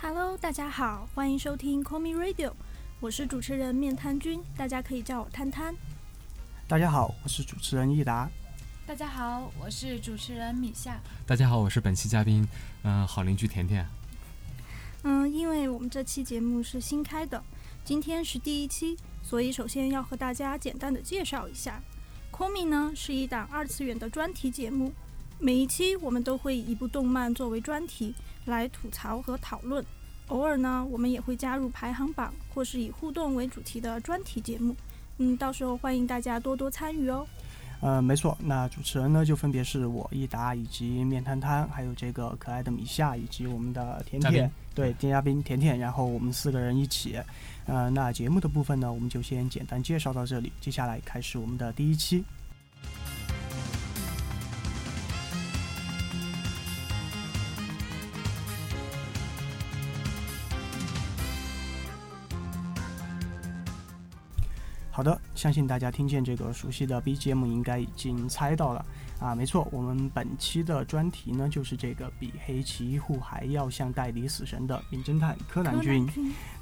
Hello，大家好，欢迎收听 Call Me Radio，我是主持人面瘫君，大家可以叫我摊摊。大家好，我是主持人益达。大家好，我是主持人米夏。大家好，我是本期嘉宾，嗯、好邻居甜甜。嗯，因为我们这期节目是新开的，今天是第一期，所以首先要和大家简单的介绍一下。Call Me 呢是一档二次元的专题节目，每一期我们都会以一部动漫作为专题来吐槽和讨论，偶尔呢我们也会加入排行榜或是以互动为主题的专题节目。嗯，到时候欢迎大家多多参与哦。呃，没错，那主持人呢就分别是我益达，以及面摊摊，还有这个可爱的米夏，以及我们的甜嘉甜宾。对，嘉宾甜甜，然后我们四个人一起。呃，那节目的部分呢，我们就先简单介绍到这里，接下来开始我们的第一期。好的，相信大家听见这个熟悉的 BGM 应该已经猜到了啊，没错，我们本期的专题呢就是这个比黑崎一护还要像代理死神的名侦探柯南君。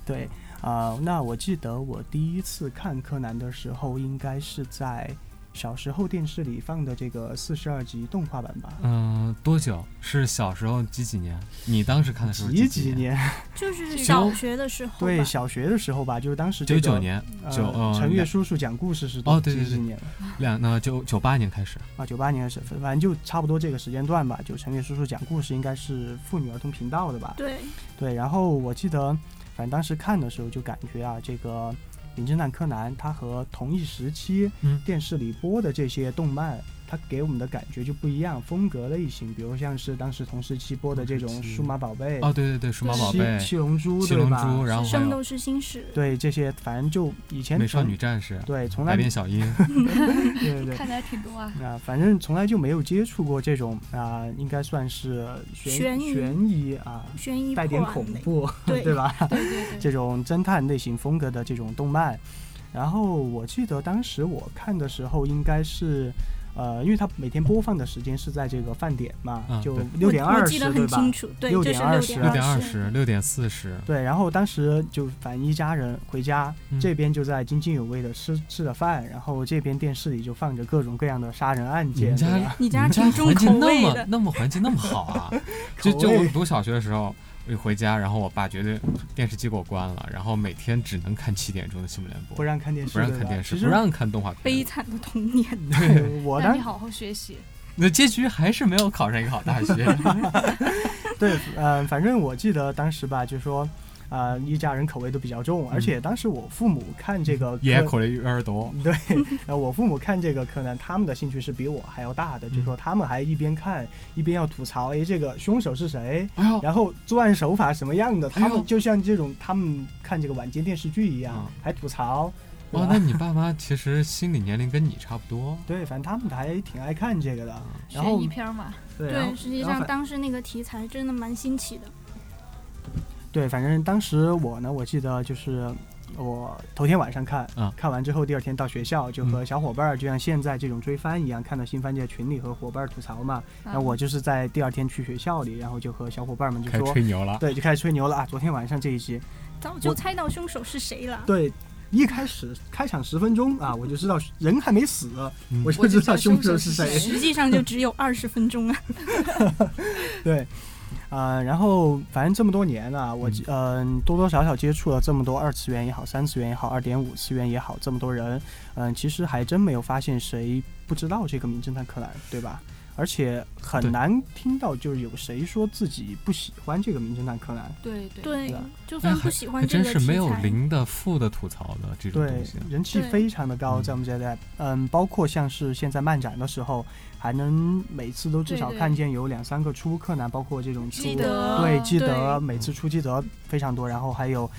对啊、那我记得我第一次看柯南的时候，应该是在小时候电视里放的这个四十二集动画版吧。嗯、呃多久？是小时候几几年？你当时看的时候几几几？年？就是九小学的时候吧。对，小学的时候吧，就是当时这九个九年，呃九呃陈月两叔叔讲故事是哦对对几几对年了两那九九八年开始。啊，九八年是，反正就差不多这个时间段吧。就陈月叔叔讲故事应该是妇女儿童频道的吧？对，对，然后我记得，反正当时看的时候就感觉啊，这个《名侦探柯南》它和同一时期嗯电视里播的这些动漫，它给我们的感觉就不一样，风格类型，比如像是当时同时期播的这种同时《期数码宝贝》哦，对对对，数码宝七贝、七龙珠》七对龙吧？珠，然后还圣有斗士星矢。对这些，反正就以前美少从女战士、对从来百 变小樱。对对对。看来挺多 啊。啊、反正从来就没有接触过这种啊、应该算是悬悬疑悬疑啊、悬疑啊带点破案恐 类怖，对对吧？对对对，这种侦探类型风格的这种动漫。然后我记得当时我看的时候，应该是，呃，因为它每天播放的时间是在这个饭点嘛，嗯就对六点我我二记十得对很吧清？楚，对， 6就是点啊六20六点二二十，六点四十，对，然后当时就反正一家人回家，嗯这边就在津津有味的吃吃了饭，然后这边电视里就放着各种各样的杀人案你件，们对家吧？你你家们家挺重环口境那味么的，那么环境那么好 啊！就就口我味读小学的时候，我一回家，然后我爸绝对电视机给我关了，然后每天只能看七点钟的新闻联播，不让看电视，不让对看吧电视，其不实 让看动画悲片。惨的童年。对我那当你好好学习。那结局还是没有考上一个好 大学。对，嗯、反正我记得当时吧，就说，啊、一家人口味都比较重，而嗯且当时我父母看这个也柯口味有点多。对，呃，我父母看这个柯南，他们的兴趣是比我还要大的，就嗯说他们还一边看一边要吐槽，哎，这个凶手是谁，哎呦，然后作案手法什么样的，他哎呦们就像这种他们看这个晚间电视剧一样嗯，还吐槽。对哦，吧那你爸妈其实心理年龄跟你差不多。对，反正他们还挺爱看这个嗯的。然后悬疑片儿嘛，对啊然后对，实际然后上反当时那个题材真的蛮新奇的。对，反正当时我呢，我记得就是我头天晚上看，嗯看完之后第二天到学校就和小伙伴儿，就像现在这种追番一样，看到新番就在群里和伙伴儿吐槽嘛。然啊后我就是在第二天去学校里，然后就和小伙伴们就开始说，吹牛了，对，就开始吹牛了啊！昨天晚上这一集，早就我猜到凶手是谁了。对，一开始开场十分钟啊，我就知道人还没死，嗯我就知道凶手是我就知道凶手是谁。谁实际上就只有二十分钟啊。对，啊、然后反正这么多年了、我嗯、呃多多少少接触了这么多二次元也好，三次元也好，二点五次元也好，这么多人，嗯、其实还真没有发现谁不知道这个《名侦探柯南》，对吧？而且很对难听到就是有谁说自己不喜欢这个《名侦探柯南》。对对对 对啊，就哎算不还喜还欢这真个题是材，没有零的、负的吐槽的这种对东西。，人气对非常的高，嗯在我们这代，嗯，包括像是现在漫展的时候，还能每次都至少对对看见有两三个出柯南，包括这种出，记得对，记得对每次出记得非常多，然后还有。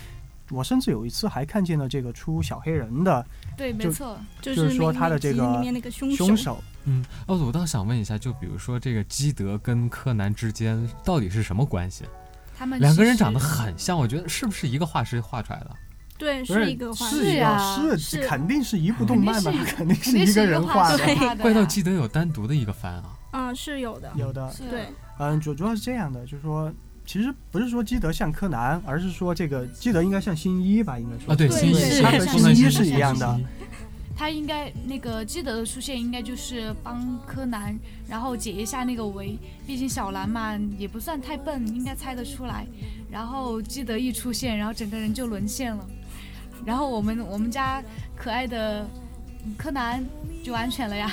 我甚至有一次还看见了这个出小黑人的对，没就错，就就是说每他每的这集个里面那个凶凶手，嗯，哦，我倒想问一下，就比如说这个基德跟柯南之间到底是什么关系？他们两个人其实长得很像，我觉得是不是一个画师画出来的？对，不是一个话是一是个啊是是肯定是一部动漫 嘛，肯定肯是定一是个人画画师的，画的怪呀到基德有单独的一个番啊。啊，是有的。有的，是对，嗯，主主要是这样的，就是说，其实不是说基德像柯南，而是说这个基德应该像新一吧，应该说啊，对，对新一对是对他和对不新能一像是一样的新一，他应该那个基德的出现，应该就是帮柯南，然后解一下那个围。毕竟小兰嘛，也不算太笨，应该猜得出来。然后基德一出现，然后整个人就沦陷了。然后我们我们家可爱的柯南就安全了 呀。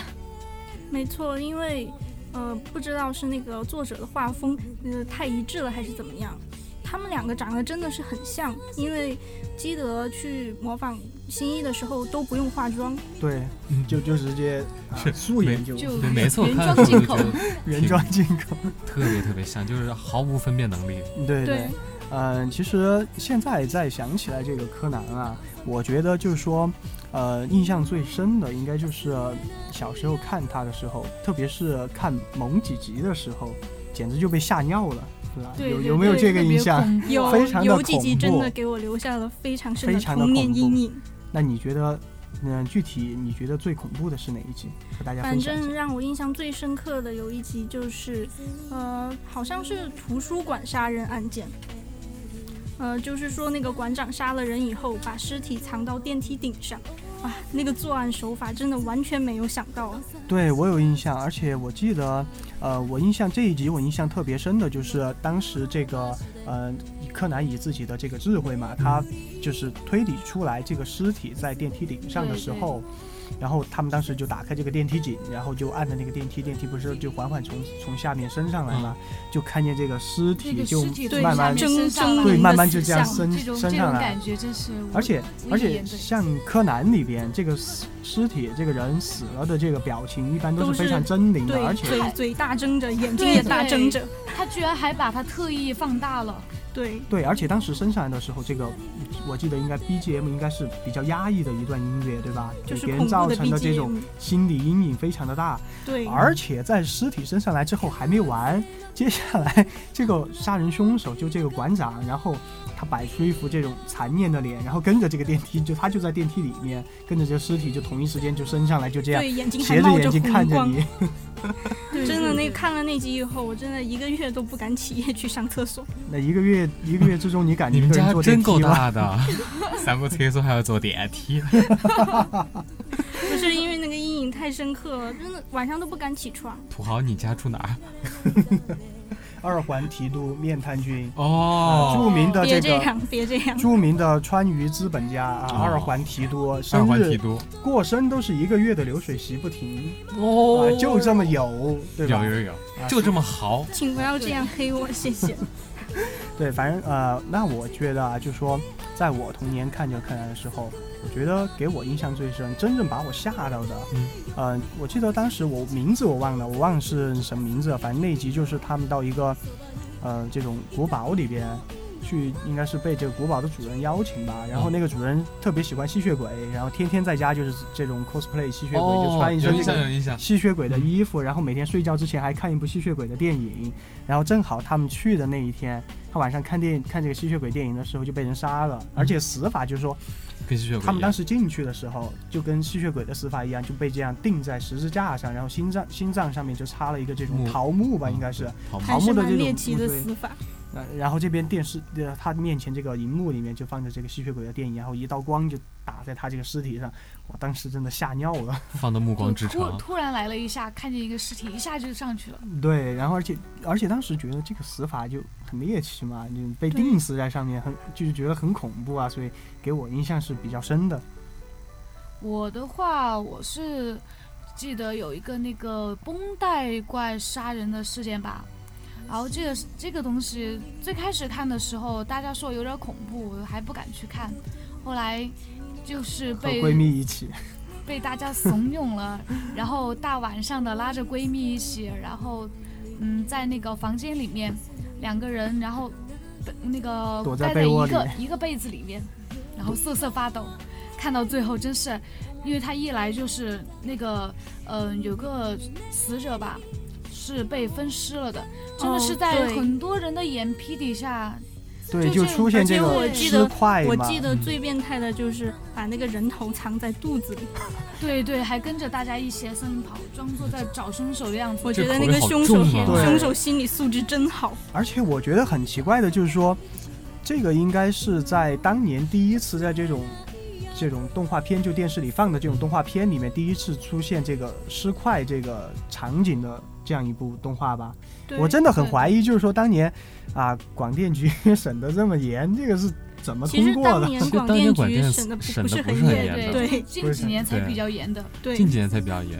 没错，因为呃，不知道是那个作者的画风呃太一致了，还是怎么样。他们两个长得真的是很像，因为基德去模仿新一的时候都不用化妆，对，嗯就就直接啊是素颜就就对，每次我原看装的时候进就口觉得原装进口，特别特别像，就是毫无分辨能力。对对，呃，其实现在再想起来这个柯南啊，我觉得就是说，呃，印象最深的应该就是小时候看他的时候，特别是看某几集的时候，简直就被吓尿了，对吧？对有对有没有对这个特别印象？恐怖有非常地有几集恐真怖的给我留下了非常深非的常地童年恐怖阴影。那你觉得，嗯、具体你觉得最恐怖的是哪一集？和大家反分享一正下。让我印象最深刻的有一集就是，呃，好像是图书馆杀人案件。呃，就是说那个馆长杀了人以后，把尸体藏到电梯顶上，哇，那个作案手法真的完全没有想到啊！对我有印象，而且我记得，呃，我印象这一集我印象特别深的就是当时这个，呃，柯南以自己的这个智慧嘛，他就是推理出来这个尸体在电梯顶上的时候，然后他们当时就打开这个电梯井，然后就按着那个电梯，电梯不是就缓缓从从下面升上来嘛，就看见这个尸这体个就尸体对从慢下慢面蒸升上来蒸对的慢慢就死这样相升这种这升种上来，感觉真是无，而且无以而且言对像柯南里边这个尸尸体这个人死了的这个表情，一般都都是是非常狰狞的，而对，且嘴嘴大睁着，眼睛对也大对睁着，他居然还把它特意放大了，对，对，而且当时升上来的时候，这个我记得应该 BGM 应该是比较压抑的一段音乐，对吧？就给是别恐人造怖的成的这种 BGM，心理阴影非常的大，对，而且在尸体升上来之后还没完，接下来这个杀人凶手就这个馆长，然后他摆出一副这种残念的脸，然后跟着这个电梯，就他就在电梯里面跟着这个尸体就同一时间就升上来，就这样对，眼睛还斜着冒眼睛红看着光。你。对真的，那对对看了那集以后，我真的一个月都不敢起夜去上厕所。那一个月一个月之中，你敢啊你一们个人家坐电真够梯吗？大的， 三个厕所还要坐电梯。不是因为那个阴影太深刻了，真的晚上都不敢起床。 土豪，你家住哪儿？ 二环提督面瘫君，啊哦，著名的别这这个样，别这样。著名的川渝资本家啊，哦二环提督，二生环提日督。过生都是一个月的流水席不停啊哦，就这么有，对有吧？有有啊，就这么豪。请不要这样黑我，谢谢。对，反正呃，那我觉得啊，就说在我童年看这个柯南的时候，我觉得给我印象最深，真正把我吓到的，嗯，呃，我记得当时我名字我忘了，我忘了是什么名字了，反正那集就是他们到一个，呃，这种古堡里边。去应该是被这个古堡的主人邀请吧，然后嗯那个主人特别喜欢吸血鬼，然后天天在家就是这种 cosplay 吸血鬼，就哦，穿一身这有印个象有印象。吸血鬼的衣服，然后每天睡觉之前还看一部吸血鬼的电影，然后正好他们去的那一天，他晚上看电看这个吸血鬼电影的时候就被人杀了，而且死法就是说跟吸血鬼一样。他们当时进去的时候就跟吸血鬼的死法一样，就被这样钉在十字架上，然后心脏心脏上面就插了一个这种木桃木吧，嗯应该是，好 嘛好还木是的蛮这猎种奇的死法，呃，然后这边电视呃他面前这个荧幕里面就放着这个吸血鬼的电影，然后一道光就打在他这个尸体上，我当时真的吓尿了。放的《暮光之就城突》突然来了一下，看见一个尸体，一下就上去了。对，然后而且而且当时觉得这个死法就很猎奇嘛，就被对钉死在上面很，就是觉得很恐怖啊，所以给我印象是比较深的。我的话，我是记得有一个那个绷带怪杀人的事件吧。然后这个这个东西最开始看的时候，大家说有点恐怖，我还不敢去看。后来就是和被闺蜜一起，被大家怂恿了， 然后大晚上的拉着闺蜜一起，然后嗯，在那个房间里面两个人，然后被那个躲在待被在窝一里个一个被子里面，然后瑟瑟发抖，看到最后真是，因为他一来就是那个嗯、呃有个死者吧。是被分尸了的，真的哦是在对很多人的眼皮底下对，就就这出现而且这我个记尸得块我嘛，记得嗯最变态的就是把那个人头藏在肚子里，嗯对对，还跟着大家一起在森林跑，装作在找凶手的样子。我这觉得口那味个好凶手重啊对凶手心理素质真好。而且我觉得很奇怪的就是说，这个应该是在当年第一次在这种这种动画片就电视里放的这种动画片里面第一次出现这个尸块这个场景的这样一部动画吧。对我真的很对怀疑，就是说当年啊广电局 审的这么严，这个是怎么其通实过当的？年其实广当年电广局电审的审不得是不很是很严，严对的对近几年才比较严的。对近几年才比较严。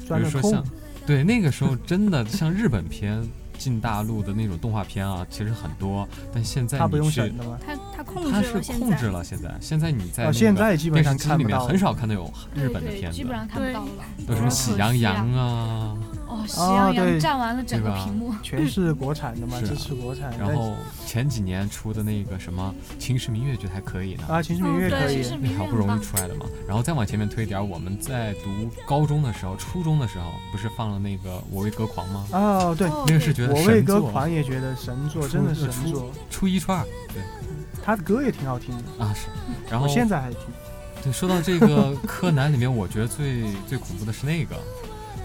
比钻如了说空像，，对那个时候真的像日本片进大陆的那种动画片啊，其实很多，但现在他不你用去审，的吗？他他控它制是了现控制在。了。现在现在你在哦，那现个在基本电视上机看里不面到很少看到有日本对的对，片子基，本上看不到了。有什么喜羊羊啊，哦，喜啊羊羊对占完了整个对吧屏幕。 全是国产的嘛，是啊支持国产。然后前几年出的那个什么《秦时明月》觉得还可以呢但，啊，《秦时明月嗯》对可以哦其，实那明月好不很容易棒出来的嘛。然后再往前面推点儿，我们在读高中的时候、初中的时候，不是放了那个《我为歌狂》吗？哦，对，哦那个是觉得我为神歌作，狂也觉得神作，真的出神出作。初一初二他的歌也挺好听的，啊是。然我后现在还听。对，说到 这个柯南里面，我觉得最最恐怖的是那个，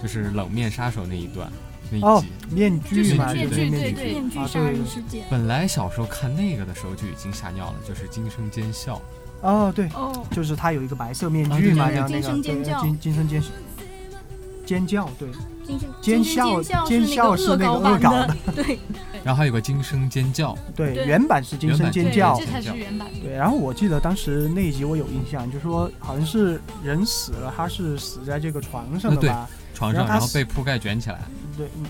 就是冷面杀手那一段那一哦集。，面具嘛，就是面对具面对面具啊杀人对事件。本来小时候看那个的时候就已经吓尿了，就是惊声尖笑。哦，对，哦，就是他有一个白色面啊具对嘛，对然后那对个惊声尖叫对惊惊声尖尖叫，对，今天今奸笑天奸奸笑笑是是那个那恶个恶搞搞版的，对，然后还有个惊声尖叫，对，对原版是惊声尖叫对，这才是原版。对，然后我记得当时那一集我有印象，就说好像是人死了，他是死在这个床上啊的对吧？床然上后他然后是被铺盖卷起来，对，嗯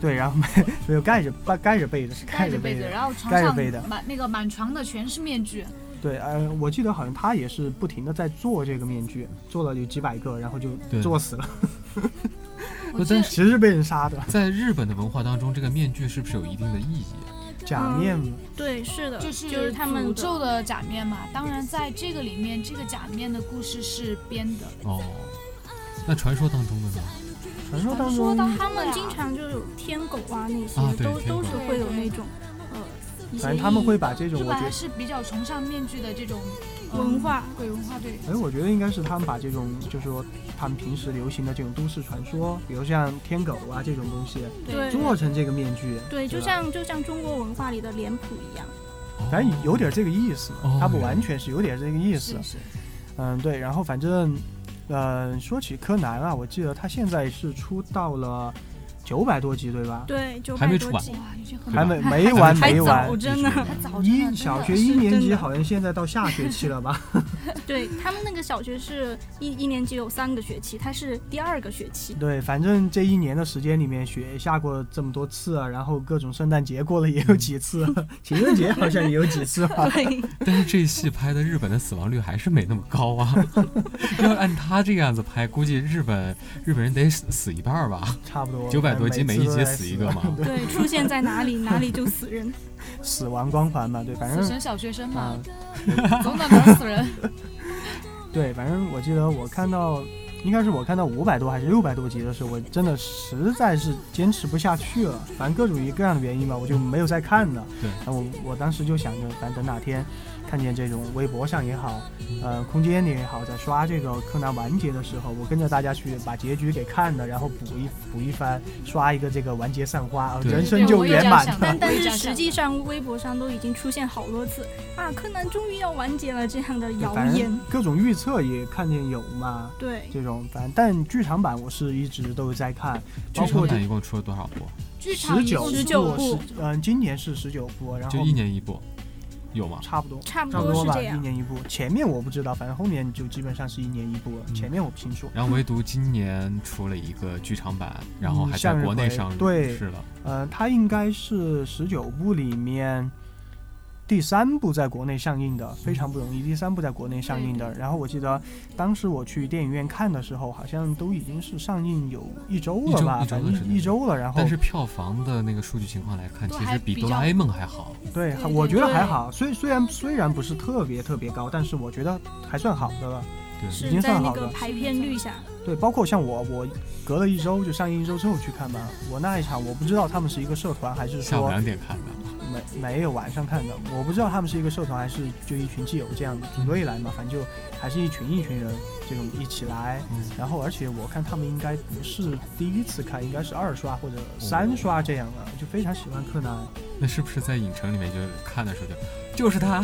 对，然后没没有盖着盖盖着被子，是盖盖着被被子，然后床盖着上被的满那个满床的全是面具，对，呃，我记得好像他也是不停的在做这个面具，做了有几百个，然后就对做死了， 我记得但其实是被人杀的，在日本的文化当中，这个面具是不是有一定的意义？嗯假面嘛。对，是的，就是他们诅的咒的假面嘛。当然，在这个里面，这个假面的故事是编的。哦，那传说当中的呢？传说当传说当中，他们经常就有天狗啊那些，啊对都天狗都是会有那种呃一些反正他们意义会把这种，日我本觉还得，是比较崇尚面具的这种嗯文化。鬼文化，对。哎，我觉得应该是他们把这种，就是说他们平时流行的这种都市传说，比如像天狗啊这种东西，对做成这个面具，对，就吧像就像中国文化里的脸谱一样，哦反正有点这个意思嘛，哦它不完全是有点这个意思是。是嗯，对，然后反正，嗯、说起柯南啊，我记得他现在是出到了九百多集，对吧？对，九还百没多出完集，哇，已经很还吧没还没完还没完早，着呢。还早着呢真一的小学是一年真级的好像现在到下学期了吧？对他们那个小学是一一年级有三个学期，它是第二个学期。 对，反正这一年的时间里面，雪下过这么多次啊，然后各种圣诞节过了也有几次，情人节好像也有几次吧。对， 但是这一戏拍的日本的死亡率还是没那么高 啊。要按他这样子拍，估计日本日本人得死死一半儿吧？差不多900多集每次每一都在集死一个嘛哦对，对，出现在哪 里哪里就死人。死亡光环嘛，对，反死正神小学生嘛啊，，总得能 死人。对，反正我记得我看到，应该是我看到五百多还是六百多集的时候，我真的实在是坚持不下去了，反正各种各样的原因吧，我就没有再看了。对然后我我当时就想着，反正等哪天看见这种微博上也好，呃，空间里也好，在刷这个柯南完结的时候，我跟着大家去把结局给看了，然后补一补一番，刷一个这个完结散花，呃对人对生就我也这圆样满想了 但的。但我也这是样实际上，微博上都已经出现好多次啊，柯南终于要完结了这样的谣反正言。各种预测也看见有嘛，对，这种反正但剧场版我是一直都有在看， 剧包场括版一共出了多少部？剧场十一九共19出19部嗯、今年是十九部，然后就一年一部，有吗？差不多。差不差不多多是吧，这一样。年一部。前面我不知道，反正后面就基本上是一年一部了。嗯前面我不清楚。然后唯独今年出了一个剧场版，然嗯后还在国内上对市了。呃，它应该是十九部里面第三部在国内上映的，非常不容易。第三部在国内上映嗯的。然后我记得当时我去电影院看的时候，好像都已经是上映有一周了吧，一周反一周的时正间一周了。然后但是票房的那个数据情况来看，都其实还比比哆较啦 A 梦还好。对，对我觉得对还好。虽虽然虽然不是特别特别高，但是我觉得还算好的了。对，已是经在算那好个了排片率下，对，包括像我，我隔了一周就上映一周之后去看嘛，我那一场我不知道他们是一个社团还是下午说两点看的。没没有晚上看的，我不知道他们是一个社团还是就一群基友这样组队来嘛，反正就还是一群一群人这种一起来。嗯然后而且我看他们应该不是第一次看，应该是二刷或者三刷这样了，就非常喜欢柯南。那是不是在影城里面就看的时候就就 是他？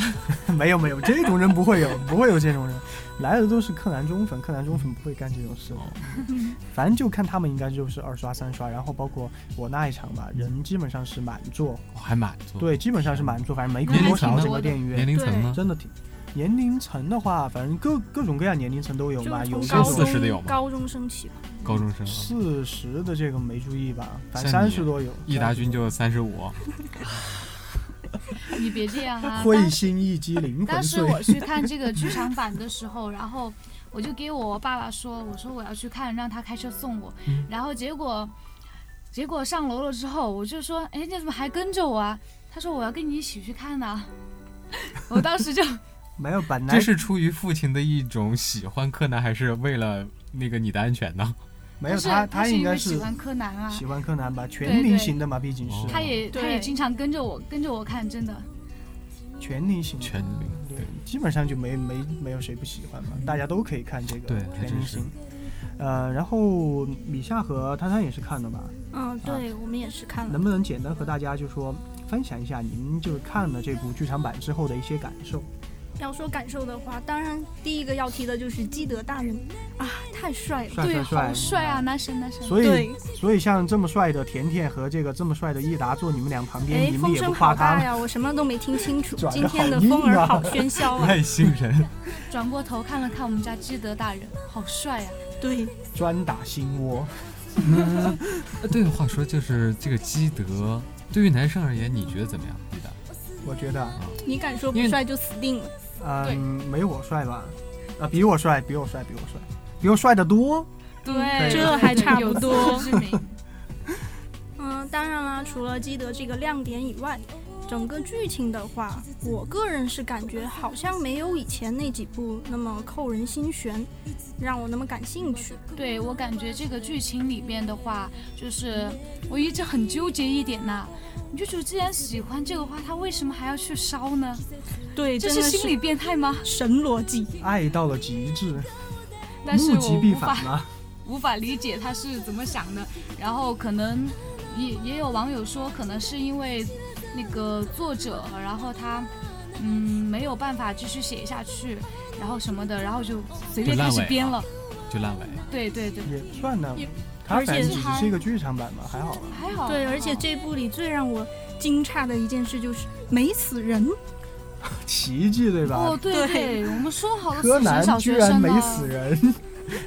没有没有，这种人不会有，不会有这种人，来的都是柯南忠粉，柯南忠粉不会干这种事的。反正就看他们应该就是二刷三刷，然后包括我那一场吧，人基本上是满座，我还满足。，对，基本上是满座，反正没空年龄多层少呢整个电影年院，龄层呢？真的挺。年龄层的话，反正各各种各样年龄层都有就嘛，有嗯是那从是高种40的有中吗高中生起吧。高中生啊，四十的这个没注意吧，反正像三你十多有。易达君就三十五，你别这 样啊！会心一击，灵当魂时碎。我去看这个剧场版的时候，然后我就给我爸爸说，我说我要去看，让他开车送我。嗯然后结果，结果上楼了之后，我就说，哎，你怎么还跟着我啊？他说我要跟你一起去看呢、 我当时就没有，本来这是出于父亲的一种喜欢柯南，还是为了那个你的安全呢？没有不是他，他是应因该为是喜欢柯南啊，喜欢柯南吧，全对龄对型的嘛，毕竟是哦他也他也对经常跟着我跟着我看，真的。全龄型的，全龄对，基本上就没没没有谁不喜欢嘛，大家都可以看这个嗯对还全真龄是型。呃，然后米夏和汤汤也是看的吧？嗯，对，我们也是看了啊能。不能简单和大家就说分享一下你们就是看了这部剧场版之后的一些感受？要说感受的话，当然第一个要提的就是基德大人啊，太帅了。帅对，帅帅好！帅啊，男神男神。所以对，所以像这么帅的甜甜和这个这么帅的益达坐你们俩旁边，哎你，们风也不声夸好他大吗？呀！我什么都没听清楚。 转得今天的好硬风儿啊好喧嚣哦 啊！外星人， 转过头看了看我们家基德大人，好帅啊！对，专打心窝。呃对，话说就是这个基德，对于男生而言，你觉得怎么样？易达，我觉得，你敢说因不为帅就死定了。对嗯，没我帅吧？啊，比我帅，比我帅，比我帅，比我帅的多。对这还差不嗯有自多知之明。嗯，当然啦，除了基德这个亮点以外，整个剧情的话，我个人是感觉好像没有以前那几部那么扣人心弦，让我那么感兴趣。对我感觉这个剧情里面的话，就是我一直很纠结一点呐、女主既然喜欢这个花，她为什么还要去烧呢？对，这真的是心理变态吗？神逻辑。爱到了极致，但是物我极必无反啊法嘛。无法理解她是怎么想的。然后可能也也有网友说，可能是因为那个作者，然后他嗯没有办法继续写下去，然后什么的，然后就随便就烂开始尾编了了。就烂尾。对对对，也算呢也。它而反正且嗯只它是一个剧场版嘛，还好吧。还好。对，还而且好这部里最让我惊诧的一件事就是没死人。 奇迹啊对吧？哦，对对对，我们说好的柯死南神小居学然生没啊呢？死人，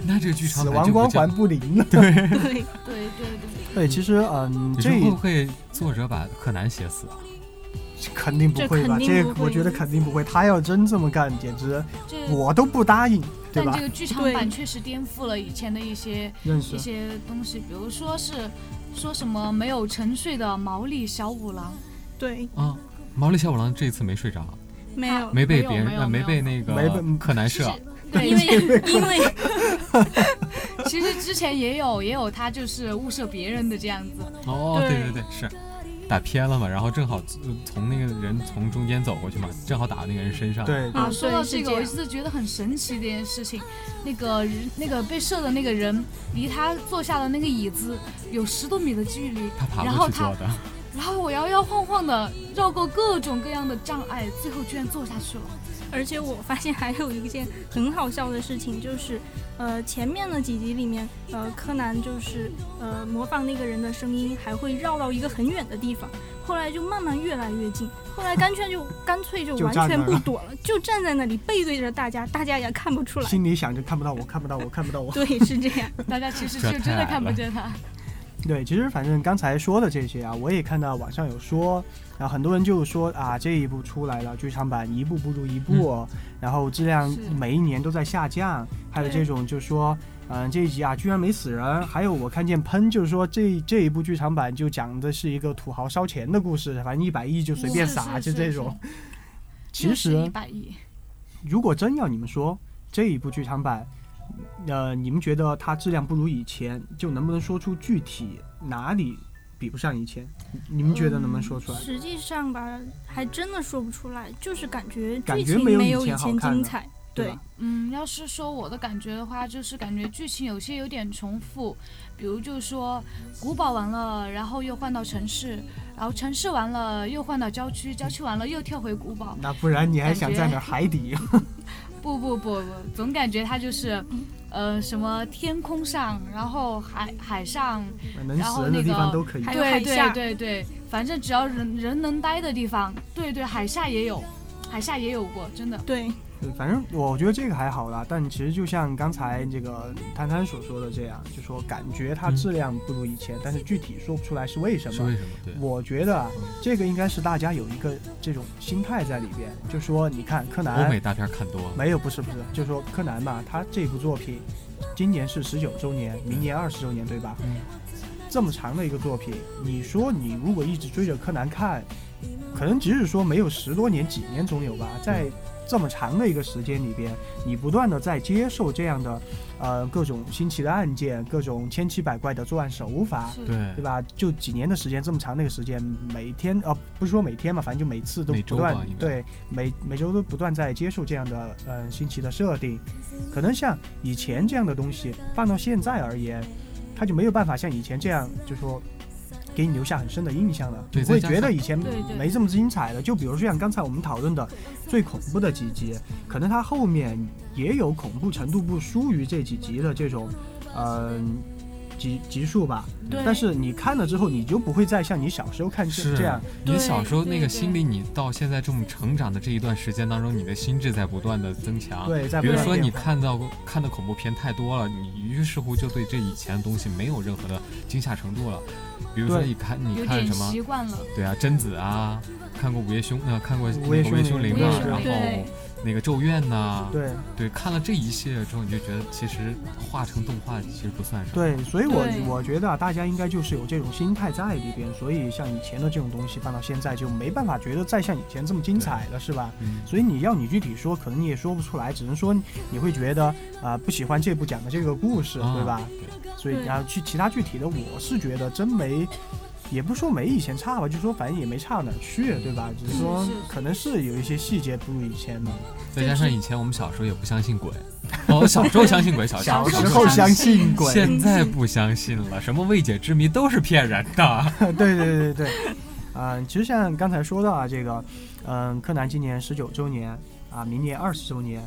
那这个 剧场死版亡就不光讲环不 灵了。对，对对对， 对，其实嗯，你这说会不会作者把柯南写死啊？肯定不会这吧？肯定这不会我觉得肯定不会。他要真这么干，简直这我都不答应，对但吧这？个剧场对版确实颠覆了以前的一些认一识些东西，比如说是说什么没有沉睡的毛利小五郎，对，啊，毛利小五郎这一次没睡着，没有，没被没有别人没有呃没没有被那个没被柯南射，对，因为因为 其实之前也有也有他就是误射别人的这样子，哦，对对对对，是打偏了嘛，然后正好呃从那个人从中间走过去嘛，正好打到那个人身上。，对啊啊，说到对是这个，这我样一直觉得很神奇的一件事情，那个人那个被射的那个人离他坐下的那个椅子有十多米的距离，他爬然过后去他做的，然后我摇摇晃晃的绕过各种各样的障碍，最后居然坐下去了。而且我发现还有一件很好笑的事情，就是，呃，前面的几集里面，呃，柯南就是呃模仿那个人的声音，还会绕到一个很远的地方，后来就慢慢越来越近，后来干脆就干脆就就完站那全儿不了躲了，就站在那里背对着大家，大家也看不出来。心里想着看不到我，看不到我，看不到我。对，是这样。大家其实这就真的太看不了见他。对，其实反正刚才说的这些啊，我也看到网上有说，啊，很多人就说啊，这一部出来了，剧场版一步不如一步，然后质量是每一年都在下降，还有对这种就说，嗯、这一集啊居然没死人，还有我看见喷就是说这这一部剧场版就讲的是一个土豪烧钱的故事，反正一百亿就随便是撒，是就是这是种。又其是实一百亿，如果真要你们说这一部剧场版，呃，你们觉得它质量不如以前，就能不能说出具体哪里比不上以前，你们觉得能不能说嗯出来？实际上吧，还真的说不出来，就是感觉感剧觉情没有以有以前好前看精了彩。对对吧，嗯，要是说我的感觉的话，就是感觉剧情有些有点重复，比如就说古堡完了，然后又换到城市，然后城市完了又换到郊区，郊区完了又跳回古堡。那不然你还感想觉在哪儿海底？ 不不不不，总感觉它就是，呃，什么天空上，然后海海上，能然死后人的那地方个都可以还。有对海下对对对，反正只要人人能待的地方，对对，海下也有，海下也有过，真的。对，对，反正我觉得这个还好啦，但其实就像刚才这个摊摊所说的这样，就说感觉它嗯质量不如以前，但是具体说不出来是为什是么为。什么？对，我觉得啊嗯，这个应该是大家有一个这种心态在里边，就说你看柯欧美南大片看多了，没有不是不是，就说柯南嘛，他这部作品今年是十九周年，明年二十周年对吧？嗯这么长的一个作品，你说你如果一直追着柯南看，可能即使说没有十多年，几年总有吧，在这么长的一个时间里边，你不断的在接受这样的，呃，各种新奇的案件，各种千奇百怪的作案手法，是啊对对，吧？就几年的时间，这么长的一个时间，每天呃，不是说每天嘛，反正就每次都每不周断吧应该对每每周都不断在接受这样的呃新奇的设定。可能像以前这样的东西放到现在而言，它就没有办法像以前这样，就说给你留下很深的印象了。对你会再加觉得上以前对对没这么精彩了。就比如说像刚才我们讨论的最恐怖的几集，可能它后面也有恐怖程度不输于这几集的这种，呃。集集数吧，对但是你看了之后，你就不会再像你小时候看这是这样，你对小时候对那个对心理，你到现在这么成长的这一段时间当中，你的心智在不断的增强。对，在啊比如不断说地你变化看到过看的恐怖片太多了，你于是乎就对这以前的东西没有任何的惊吓程度了。比如说对你看你有看点什么习，惯了。对啊，贞子啊，看过《午夜凶》呃，看过那个午夜《午夜凶凶铃铃》午夜啊，凶然铃对后那个《咒怨》呐，对对，看了这一系列之后，你就觉得其实画成动画其实不算什么。对，所以我对我觉得啊，大家应该就是有这种心态在里边，所以像以前的这种东西放到现在就没办法觉得再像以前这么精彩了，是吧？嗯，所以你要你具体说，可能你也说不出来，只能说你会觉得啊、不喜欢这部讲的这个故事，啊对吧？？所以对然后去其他具体的，我是觉得真没，也不说没以前差吧，就说反正也没差哪儿去，对吧？只是说嗯是可能是有一些细节不如以前嘛。再加上以前我们小时候也不相信鬼， 哦，我小时候相信鬼，小时候小时不相信候候相相信信鬼，现在不相信了，什么未解之谜都是骗人哦的。对 对对对对，嗯、其实像刚才说到啊，这个，嗯、柯南今年十九周年啊，明年二十周年，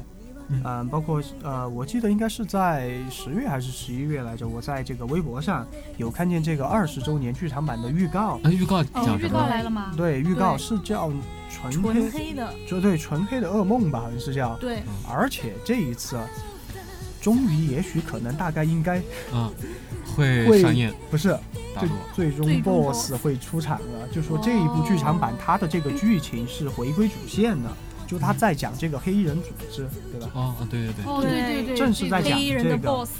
嗯、嗯包括呃，我记得应该是在十月还是十一月来着，我在这个微博上有看见这个二十周年剧场版的预告，那哎预告讲预什么告呢？来了吗？对，预告对是叫纯纯黑，黑的，就对纯黑的噩梦吧，好像是叫，对，而且这一次。啊终于，也许，可能，大概，应该嗯，会会上映不是，大最陆。啊最终最终 BOSS 会出场了，就说这一部剧场版它的这个剧情是回归主线的，就它在讲这个黑衣人组织，对吧？哦，哦对对对，哦，对对对对，正是在这讲黑衣人的这个 boss，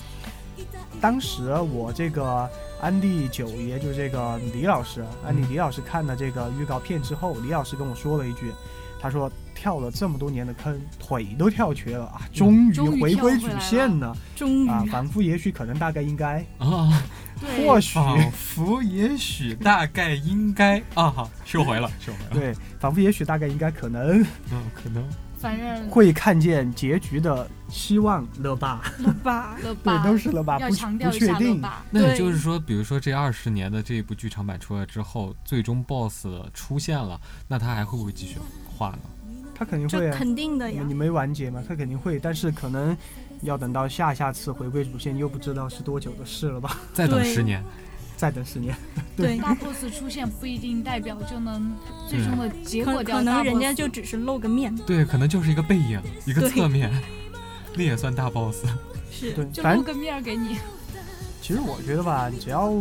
当时我这个安利九爷，就是这个李老师，安利李老师看了这个预告片之后，李老师跟我说了一句，他说跳了这么多年的坑，腿都跳瘸了啊，嗯终于终于回归跳主回来线了终于啊！反复也许可能大概应该，哦啊，对或 许仿佛也许大概应该啊，好收回了，收回了。对，反复也许大概应该可能。嗯，可能反正会看见结局的希望乐吧，了吧？乐对吧，，都是乐吧，要不强调不一确下乐定。吧。那也对就是说，比如说这二十年的这一部剧场版出来之后，最终 BOSS 出现了，那他还会不会继续画呢？他肯定会这啊，肯定的呀你，没完结嘛，他肯定会，但是可能要等到下下次回归主线，又不知道是多久的事了吧？ 再等对十年，再等十年，对，大 boss 出现不一定代表就能嗯最终的结可果可掉能大 boss。人家就只是露个面，对，可能就是一个背影，一个对侧面， 那也算大 BOSS。是对，就反露正个面儿给你。其实我觉得吧，只要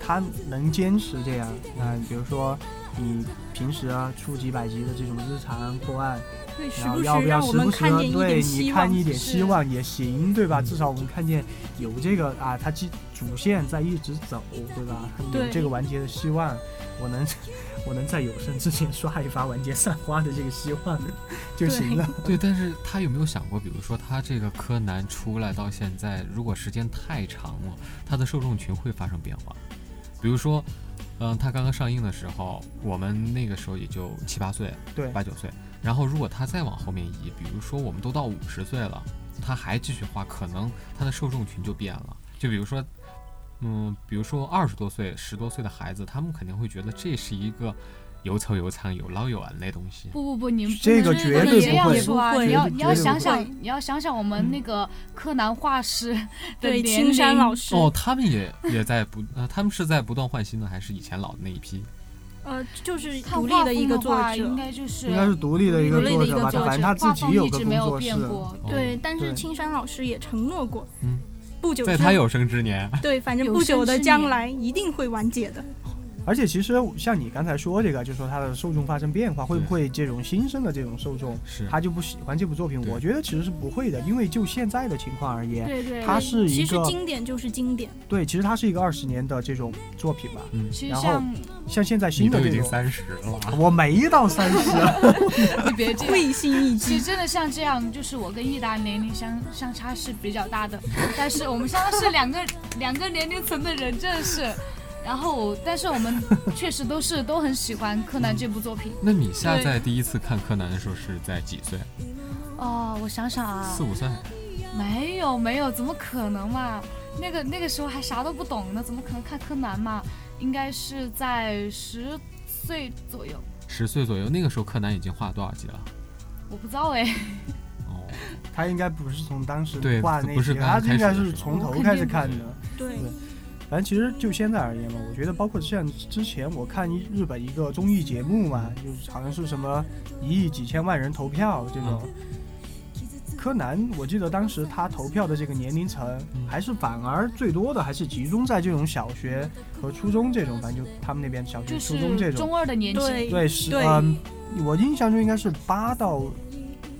他能坚持这样，那比如说你平时啊出几百集的这种日常破案，对，时然后不时要不要让时我不们时看地见一对点你希看望，一点希是望也行，对吧？嗯至少我们看见有这个啊，它基主线在一直走，对吧？有对这个完结的希望，我能我能在有生之年刷一发完结散花的这个希 望就行了。对，但是他有没有想过，比如说他这个柯南出来到现在，如果时间太长了，他的受众群会发生变化？比如说，嗯，它刚刚上映的时候，我们那个时候也就七八岁，对，八九岁。然后如果它再往后面移，比如说我们都到五十岁了，它还继续画，可能它的受众群就变了。就比如说，嗯，比如说二十多岁、十多岁的孩子，他们肯定会觉得这是一个有丑有惨、有老有暗的东西。不不不，你们不这个能绝能对这不样会说啊！绝你要对你绝要对嗯想不想会，你要想想我们那个柯南画师的对，年青山龄老师，哦，他们也也在不呃，他们是在不断换新的，还是以前老的那一批？呃，就是看独立画的一风个的作话，应者。该就是应该是独立的一个独立的作一者个吧，作者反正他自画己风有一个直工没有作变室。过。哦对，但是对青山老师也承诺过，嗯不久在之他有生之年，对，反正有不久生的之将年来一定会完结的。而且其实像你刚才说这个，就说他的受众发生变化，会不会这种新生的这种受众，是他就不喜欢这部作品？对我觉得其实是不会的，因为就现在的情况而言，对对，对它是一其实个经典就是经典，对，其实它是一个二十年的这种作品吧。其实然后像像现在嗯你新都的已这经种，三十了。我没到三十，你别这样，会心一其击。实真的像这样，就是我跟益达年龄相相差是比较 大的，但是我们相当是两个两个年龄层的人，真的是。然后，但是我们确实都是都很喜欢柯南这部作品。那你下对在第一次看柯南的时候是在几岁？哦，我想想啊四，五岁？没有没有，怎么可能嘛？那个那个时候还啥都不懂呢，怎么可能看柯南嘛？应该是在十岁左右，十岁左右，那个时候柯南已经画多少集了？我不知道哎。哦，他应该不是从当时对画那不是些，刚他开应该始的是时候从头肯开定始不看是的。对，反正其实就现在而言嘛，我觉得包括像之前我看一日本一个综艺节目嘛，就是好像是什么一亿几千万人投票这种。嗯柯南，我记得当时他投票的这个年龄层，嗯还是反而最多的还是集中在这种小学和初中这种，反正就他们那边小学、就初中这是种。中二的年纪，对对，是对嗯，我印象中应该是八到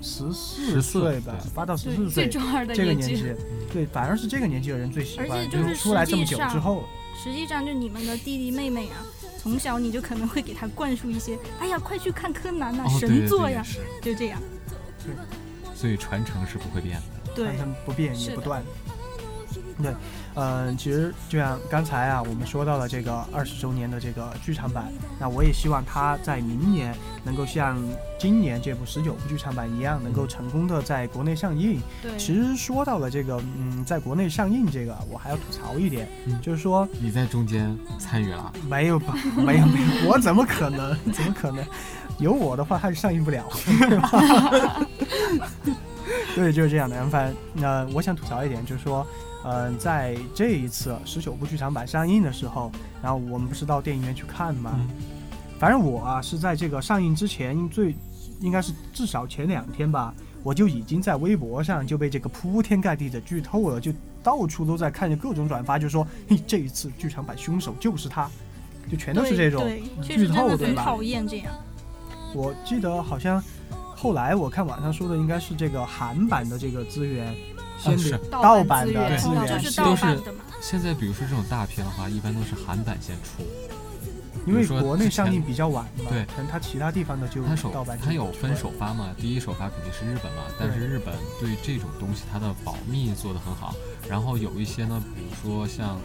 十四14岁吧，八到十最四最岁中二的这个年年纪纪。，对，反而是这个年纪的人最喜而且欢，就是因为出来这么久实际上之后，实际上就你们的弟弟妹妹啊，从小你就可能会给他灌输一些，哎呀，快去看柯南呐、哦，对对神作对，呀，是。就这样。所以传承是不会变的。对但他，们不变是也的不断。对，嗯，其实就像刚才啊，我们说到了这个二十周年的这个剧场版，那我也希望它在明年能够像今年这部十九部剧场版一样，能够成功的在国内上映。嗯对，其实说到了这个，嗯，在国内上映这个，我还要吐槽一点，嗯就是说你在中间参与了，没有吧，没有没有，我怎么可能？怎么可能？有我的话，它是上映不了。 对，就是这样的。然后反正，呃，我想吐槽一点，就是说，嗯、在这一次十九部剧场版上映的时候，然后我们不是到电影院去看嘛，嗯反正我啊是在这个上映之前最，应该是至少前两天吧，我就已经在微博上就被这个铺天盖地的剧透了，就到处都在看着各种转发，就说，嘿，这一次剧场版凶手就是他，就全都是这种。对，确实真剧透的对很吧讨厌这样。我记得好像后来我看网上说的应该是这个韩版的这个资源，先啊是领盗盗版版资的源资哦，源，就是都盗是版的嘛，现在比如说这种大片的话，一般都是韩版先出，因为比如说国内上映比较晚嘛，对可能它其他地方的就它盗首版就它有分出首发嘛，第一首发肯定是日本嘛，但是日本对这种东西它的保密做得很好，然后有一些呢，比如说像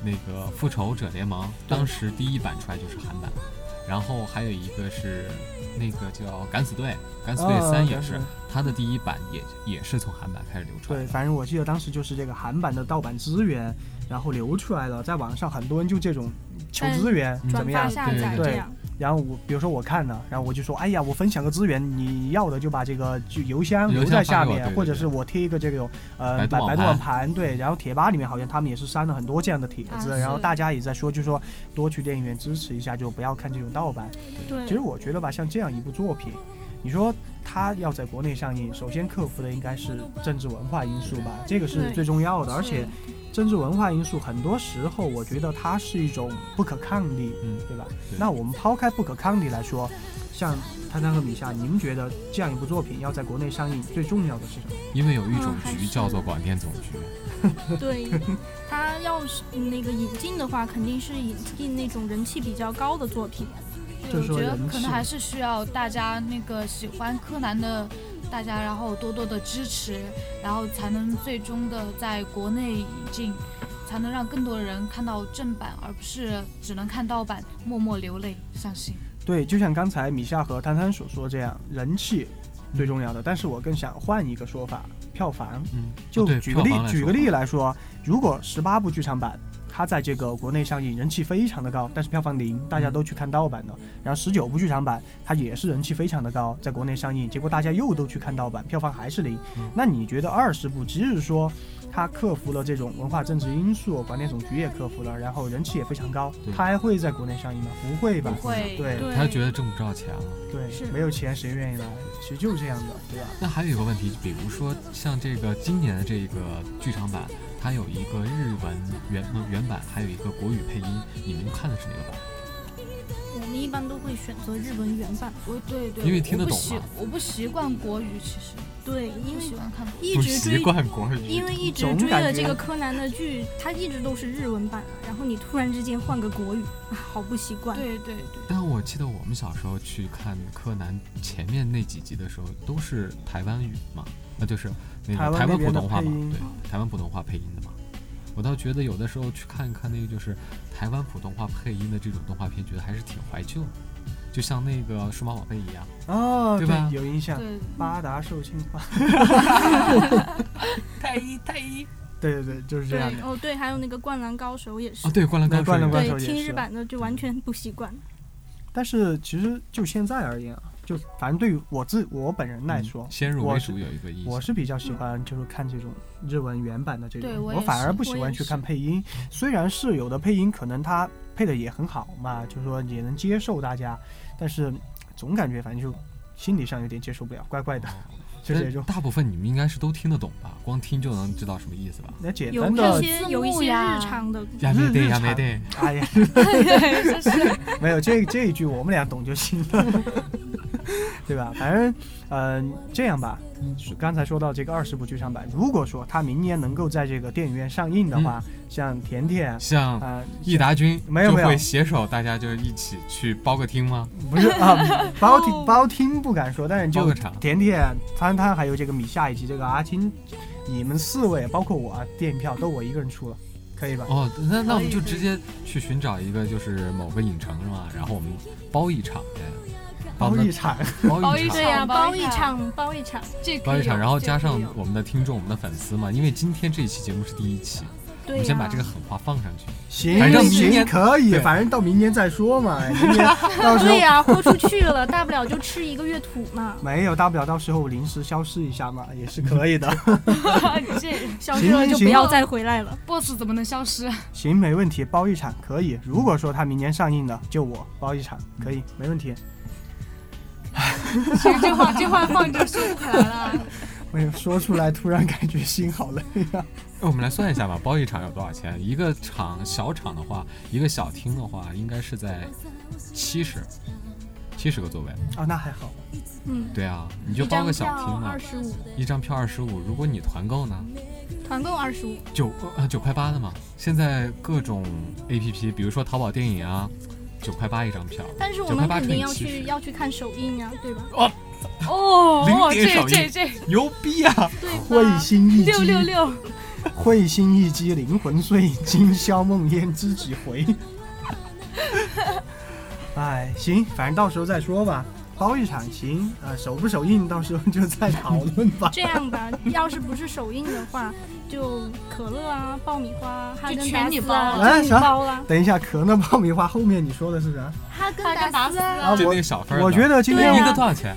那个《复仇者联盟》，对当时第一版出来就是韩版，然后还有一个是那个叫《敢死队》，《敢来。死队三》也啊是，它的第一版也也是从韩版开始流传对，的，反正我记得当时就是这个韩版的盗版资源，然后流出来了，在网上很多人就这种求资源怎嗯转么发样？下载对这样。然后我比如说我看了，然后我就说，哎呀，我分享个资源，你要的就把这个就邮箱邮留箱在发下给我面，对或者对对是我贴一个这种呃百度百网百度盘网盘对，然后贴吧里面好像他们也是删了很多这样的帖子，啊然后是大家也在说，就说多去电影院支持一下，就不要看这种盗版。对，其实我觉得吧，像这样一部作品，你说它要在国内上映，首先克服的应该是政治文化因素吧，这个是对最重要的。而且是政治文化因素很多时候，我觉得它是一种不可抗力，嗯对吧？对那我们抛开不可抗力来说，像摊摊和米夏，你们觉得这样一部作品要在国内上映，最重要的是什么？因为有一种嗯还是局叫做广电总局。对，他要是那个引进的话，肯定是引进那种人气比较高的作品。就对，是我说觉得人可气能还是需要大家那个喜欢柯南的大家，然后多多的支持，然后才能最终的在国内引进，才能让更多的人看到正版，而不是只能看盗版，默默流泪。相信对，就像刚才米夏和摊摊所说这样，人气最重要的。但是我更想换一个说法，票房。嗯，就哦对举个例票房，来举说个例来说，如果十八部剧场版，它在这个国内上映人气非常的高，但是票房零，大家嗯都去看盗版的。然后十九部剧场版，它也是人气非常的高，在国内上映，结果大家又都去看盗版，票房还是零嗯。那你觉得二十部，即使说它克服了这种文化政治因素，广电总局也克服了，然后人气也非常高，对它还会在国内上映吗？不会吧？会对对他就觉得挣不着钱了。对，是没有钱谁愿意来？其实就是这样的，对吧？那还有一个问题，比如说像这个今年的这个剧场版，它有一个日文原呃原版，还有一个国语配音，你们看的是哪个版？我们一般都会选择日文原版，我对对，因为听得懂我不习嘛，我不习惯国语，其实对，不因喜为欢看国一不直习追，惯国语，因为一直总追感了觉这个柯南的剧，它一直都是日文版啊，然后你突然之间换个国语，啊，好不习惯。对对对，但我记得我们小时候去看柯南前面那几集的时候，都是台湾语嘛，那就是那台湾那个台湾普边的通话配嘛音，对，台湾普通话配音的嘛。我倒觉得有的时候去看一看那个就是台湾普通话配音的这种动画片，觉得还是挺怀旧的，就像那个数码宝贝一样。哦，对吧有印象。对八达寿庆 花，太医太医对对对，就是这样的。哦哦对，还有那个《灌篮高手》也是啊，，对，灌篮高对手，灌篮高手对，也听是日版的就完全不习惯。但是其实就现在而言啊，就反正对于我自我本人来说嗯，先入我为是主有一个印我象。是比较喜欢就是看这种日文原版的这对种，我我也反是而不我喜也欢去看是配音。虽然是有的配音可能它配的也很好嘛，就是说也能接受大家，但是总感觉反正就心理上有点接受不了，怪怪的，就这哦但种。大部分你们应该是都听得懂吧？光听就能知道什么意思吧？那简有单一的，些字有一幕些呀日常的，亚嗯美日得亚常美得，哎呀， 对，就是 没有这这一句我们俩懂就行了，对吧？反正，嗯、这样吧，嗯刚才说到这个二十部剧场版，如果说它明年能够在这个电影院上映的嗯话，像甜甜啊、像呃益达君没有就没有会携手大家就一起去包个厅吗？不是啊，包听包听不敢说，但是包就个场甜甜、摊摊还有这个米夏以及这个阿青，你们四位包括我，啊电影票都我一个人出了，可以吧？哦，那那我们就可以直接去寻找一个就是某个影城是吧？然后我们包一场呗，包一场，包包一一场，对呀，包包一一场场包一场，这个包一场，有然后这加个上有我们的听众、我们的粉丝嘛，因为今天这一期节目是第一期，我对呀，们先把这个狠话放上去。行反正明行年可以，对反正到明年再说嘛，明年到时候对呀，豁出去了，大不了就吃一个月土嘛。没有，大不了到时候临时消失一下嘛，也是可以的。 你这消失了行就行不要再回来了。 boss 怎么能消失？ 行，没问题，包一场可以。如果说他明年上映了，就我包一场，可以，没问题。这这话这话放着说不回来了。没有说出来，突然感觉心好累啊。那我们来算一下吧，包一场要多少钱？一个场小场的话，一个小厅的话，应该是在七十，七十个座位。 哦，那还好，嗯，对啊，你就一包张个小票厅嘛二，十五，一张票二十五。如果你团购呢，团购二十五，九呃九块八的嘛。现在各种 A P P，比如说淘宝电影啊，九块八一张票。但是我九块们八肯定乘以要七去十要去看首映啊，对吧？哦零哦，点这手这艺这牛逼啊！对会吧？心一击，六六六，会心一击，灵魂碎，今宵梦魇知几回？ 哎，行，反正到时候再说吧。包一场行，呃，首不首映，到时候就再讨论吧。这样吧， 要是不是首映的话，就可乐啊、爆米花啊、哈根全达你斯包了啊、哎就你啥包啦、 等一下，可乐爆米花后面你说的是啥？哈哈根根达达斯斯啊啊，啊就我那个小份儿的，我觉得今对天啊一个多少钱？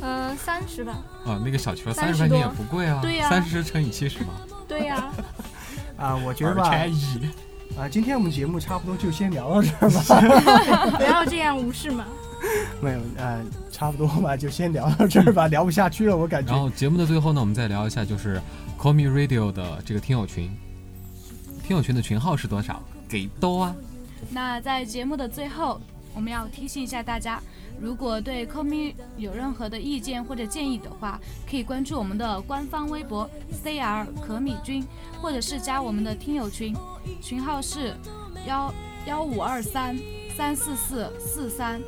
呃，三十吧。啊，那个小球30三十块钱也多不贵啊，对呀三十乘以七十嘛，对呀、啊、我觉得二吧，拆一。啊，今天我们节目差不多就先聊到这儿吧。 不要这样无视嘛。没有，呃，差不多吧，就先聊到这儿吧，聊不下去了，我感然觉。后节目的最后呢，我们再聊一下就是 Call Me Radio 的这个听友群，听友群的群号是多少？给兜啊！那在节目的最后，我们要提醒一下大家，如果对 Call Me 有任何的意见或者建议的话，可以关注我们的官方微博 CR 可米君，或者是加我们的听友群，群号是幺幺五二三三四四四三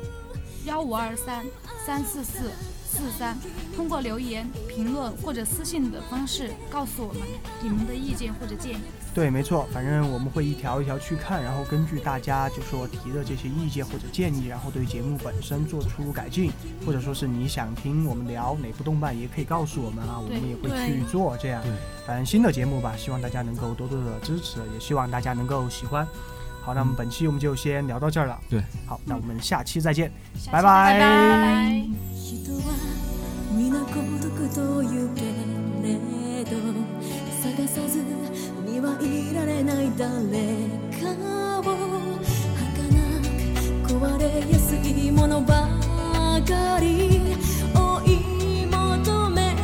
幺五二三三四四。四三，通过留言、评论或者私信的方式告诉我们你们的意见或者建议。对，没错，反正我们会一条一条去看，然后根据大家就说提的这些意见或者建议，然后对节目本身做出改进，或者说是你想听我们聊哪部动漫，也可以告诉我们啊，我对们也会对去做这样对。反正新的节目吧，希望大家能够多多的支持，也希望大家能够喜欢。好，那么嗯本期我们就先聊到这儿了。对，好，那我们下期再见，下期拜拜拜人は皆孤独というけれど探さずにはいられない誰かを儚く壊れやすいものばかり追い求め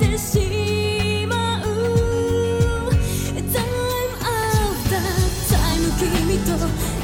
てしまう Time of the time 君と